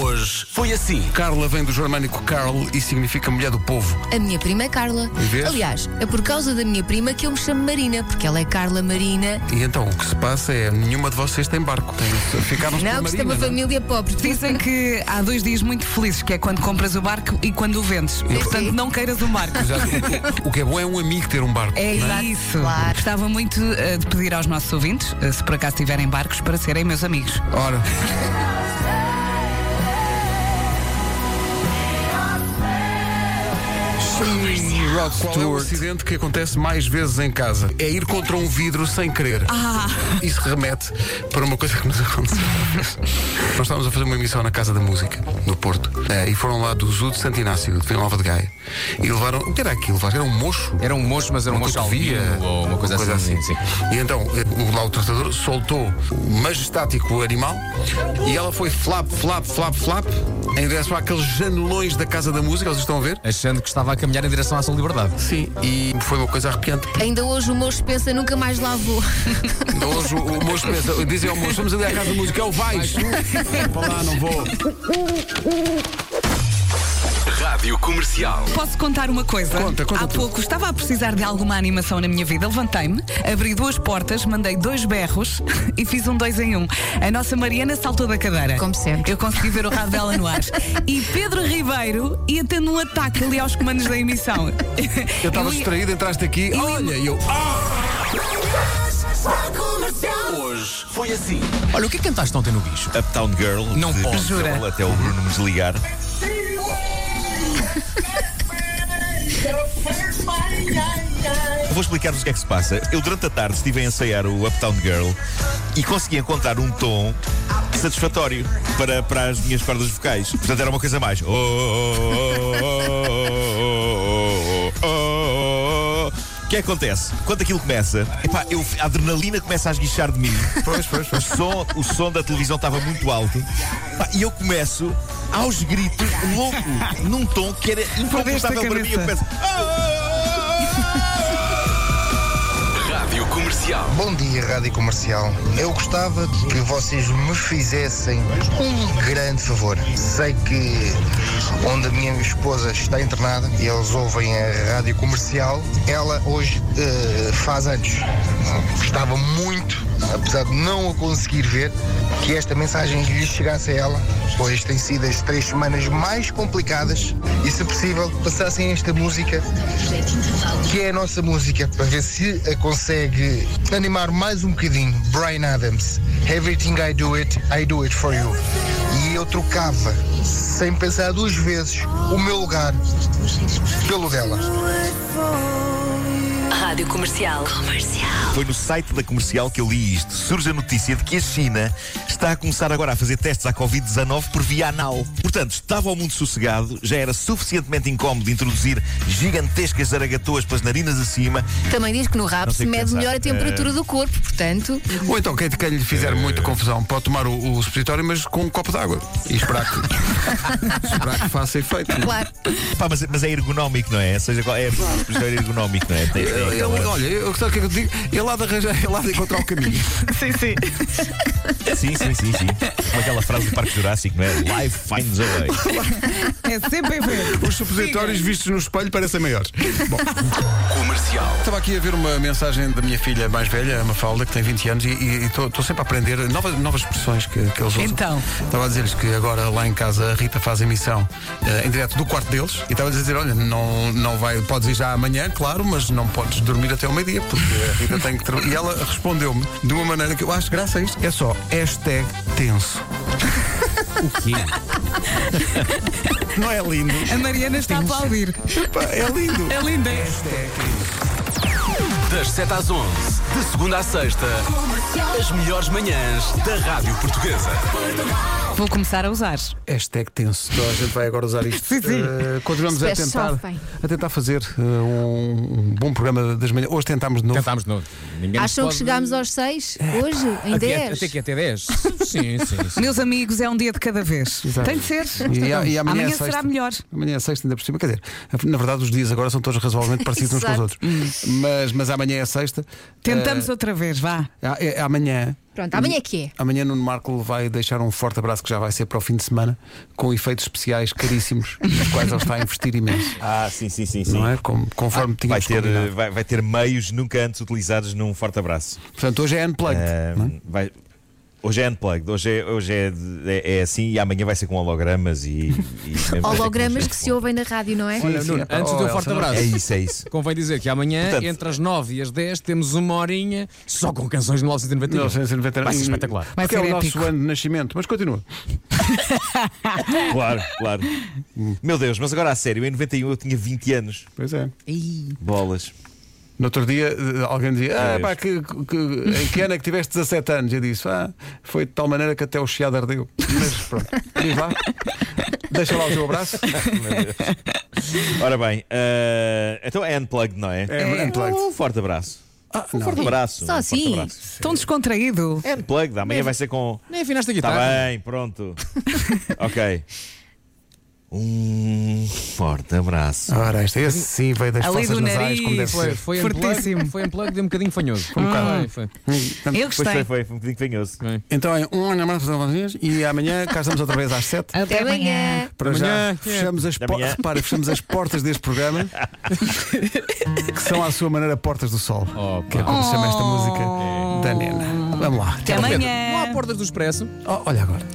Hoje foi assim. Carla vem do germânico Carl e significa mulher do povo. A minha prima é Carla. Vês? Aliás, é por causa da minha prima que eu me chamo Marina, porque ela é Carla Marina. E então o que se passa é nenhuma de vocês tem barco. Tem- Ficaram-se Não, pela que isto é marina, uma não é? família pobre. Dizem que há dois dias muito felizes, que é quando compras o barco e quando o vendes. E, portanto, não queiras o barco. Exato. O que é bom é um amigo ter um barco. É não isso. Claro. Gostava muito eh, de pedir aos nossos ouvintes, eh, se por acaso tiverem barcos, para serem meus amigos. Ora. Hum, Rod, qual é o acidente que acontece mais vezes em casa? É ir contra um vidro sem querer. Isso remete para uma coisa que nos aconteceu. uma vez. Nós estávamos a fazer uma emissão na Casa da Música, no Porto, eh, e foram lá do Zoo de Santo Inácio, de Vila Nova de Gaia, e levaram. O que era aquilo? Vasco? Era um mocho? Era um mocho, mas era um uma tipo mocho cotovia, albino ou uma coisa, assim. sim. E então eh, o- lá o tratador soltou o majestático animal e ela foi flap, flap, flap, flap em direção àqueles janelões da Casa da Música, vocês estão a ver? Achando que estava a caminhar em direção à sua liberdade. Sim. E foi uma coisa arrepiante. Ainda hoje o moço pensa nunca mais lá vou. Então, Hoje o, o moço pensa, dizem ao moço, vamos ali à Casa da Música, ele vais. Vou lá, não vou. Rádio Comercial. Posso contar uma coisa? Conta, conta Há tu. pouco estava a precisar de alguma animação na minha vida. Levantei-me, abri duas portas, mandei dois berros e fiz um dois em um. A nossa Mariana saltou da cadeira. Como sempre. Eu consegui ver o rabo dela no ar. E Pedro Ribeiro ia tendo um ataque ali aos comandos da emissão. Eu estava ia- distraído, entraste aqui, Eu ia- olha, e eu. "Ah!" Hoje foi assim. Olha, o que é que cantaste ontem no bicho? Uptown Girl. Não de posso. Priscila Jura? Até o Bruno me desligar. Vou explicar-vos o que é que se passa. Eu, durante a tarde, estive a ensaiar o Uptown Girl e consegui encontrar um tom satisfatório para, para as minhas cordas vocais. Portanto, era uma coisa mais. Oh, oh, oh, oh, oh, oh, oh, oh. O que é que acontece? Quando aquilo começa, epá, eu, a adrenalina começa a esguichar de mim. Pois, pois, pois. O som, o som da televisão estava muito alto. Pá, e eu começo aos gritos, louco, num tom que era incomportável para mim. Eu cabeça. começo. Rádio Comercial. Bom dia, Rádio Comercial. Eu gostava que vocês me fizessem um grande favor. Sei que onde a minha esposa está internada, eles ouvem a Rádio Comercial. Ela hoje eh, faz anos. Gostava muito, apesar de não a conseguir ver, que esta mensagem lhe chegasse a ela, pois têm sido as três semanas mais complicadas e, se possível, passassem esta música que é a nossa música, para ver se a consegue animar mais um bocadinho. Brian Adams, Everything I Do It, I Do It For You. E eu trocava, sem pensar duas vezes, o meu lugar pelo dela. Rádio Comercial. Comercial. Foi no site da comercial que eu li isto. Surge a notícia de que a China está a começar agora a fazer testes à Covid-19 por via anal. Portanto, estava o mundo sossegado, já era suficientemente incómodo introduzir gigantescas zaragatoas pelas narinas acima. Também diz que no rabo Não se sei o que mede pensar. melhor a temperatura do corpo, portanto. Ou então, quem, quem lhe fizer muita confusão pode tomar o, o supositório, mas com um copo de água. E esperar que, esperar que faça efeito. Claro. Pá, mas, mas é ergonómico, não é? Ou seja, qual- é, é ergonómico, não é? Tem- tem Ele, aquela- olha, eu, sabe o que é que eu digo? Ele há de arranjar, ele há de encontrar o caminho. Sim, sim. Sim, sim, sim, sim. Como aquela frase do Parque Jurássico, não é? Life finds a way. É sempre Os supositórios vistos no espelho parecem maiores. Bom, Comercial. estava aqui a ver uma mensagem da minha filha mais velha, a Mafalda, que tem 20 anos, e- e estou sempre a aprender novas, novas expressões que, que eles usam. Então. Estava a dizer-lhes que agora lá em casa a Rita faz emissão eh, em direto do quarto deles, e estava a dizer: olha, não, não vai, podes ir já amanhã, claro, mas não podes dormir até o meio-dia, porque a Rita tem que. tra- E ela respondeu-me de uma maneira que eu acho graça a isto: é só hashtag tenso. O quê? Não é lindo? A Mariana está a aplaudir. Epá, é lindo. É linda. Das 7 às 11, de segunda à sexta, as melhores manhãs da Rádio Portuguesa. Vou começar a usar. Hashtag tenso. Então a gente vai agora usar isto. Sim, sim. Eh, continuamos a As pessoas tentar, sofrem. a tentar fazer eh, um, um bom programa das manhãs. Hoje tentámos de novo. Cantámos de novo. Ninguém nos Acham pode- que chegámos aos 6? Hoje? Em é- Até- 10? Até que até 10. Sim, sim, sim. Meus amigos, é um dia de cada vez. Exato. Tem de ser. E, a- e amanhã, é será sexta. melhor. Amanhã é sexta, ainda por cima. Quer dizer, na verdade, os dias agora são todos razoavelmente parecidos uns com os Exato. outros. Mas, mas amanhã é sexta. Tentamos Eh, outra vez, vá. a- é- amanhã Pronto, amanhã é que é. Amanhã Nuno Marco vai deixar um forte abraço que já vai ser para o fim de semana, com efeitos especiais caríssimos, nos quais ele está a investir imenso. Ah, sim, sim, sim, sim. Não é? Como- conforme Vai tínhamos ter, combinado. vai, vai ter meios nunca antes utilizados num forte abraço. Portanto, hoje é unplugged. Ahm, não é? vai- Hoje é unplugged, hoje é, hoje é, de- é- é assim e amanhã vai ser com hologramas e. e mesmo Hologramas assim, que se ouvem na rádio, não é? Olha, Sim, Nuno, antes oh, do teu Elsa, forte não- abraço. É isso, é isso. Convém dizer que amanhã, Portanto- entre as 9 e as 10, temos uma horinha só com canções de 1991. 1990. Vai ser espetacular. Vai Porque é ser o nosso épico. ano de nascimento, mas continua. Claro, claro. Meu Deus, mas agora a sério, em 91 eu tinha 20 anos. Pois é. Bolas. No outro dia eh, alguém dizia: É Ah, Pois. pá, que, que- em que ano é que tiveste 17 anos? Eu disse: Ah, foi de tal maneira que até o chiado ardeu. Mas pronto, diz lá. Deixa lá o teu abraço. Ora bem, eh, então é unplugged, não é? É unplugged. Um forte abraço. Ah, um forte abraço. Só um assim? Forte abraço. Tão descontraído. É unplugged, amanhã vai ser com. um. Nem afinaste a Está guitarra. Tá bem, pronto. ok. Um forte abraço. Ora, este, esse sim veio das Ali fossas do nasais, nariz. como deve Foi, ser. foi Fortíssimo. unplugged, foi unplugged e um bocadinho fanhoso. Foi um bocado. Foi. Eu Pois foi, gostei. foi, foi um bocadinho fanhoso. Então é um ano abraço para vocês e amanhã cá estamos outra vez às 7. Até amanhã. Para Amanhã, já fechamos as, Da po- manhã. repara, fechamos as portas deste programa, que são à sua maneira portas do sol. Oh, que é pá. como se chama esta música da Nena. Vamos lá. Até amanhã. É. Não há portas do expresso. Oh, olha agora.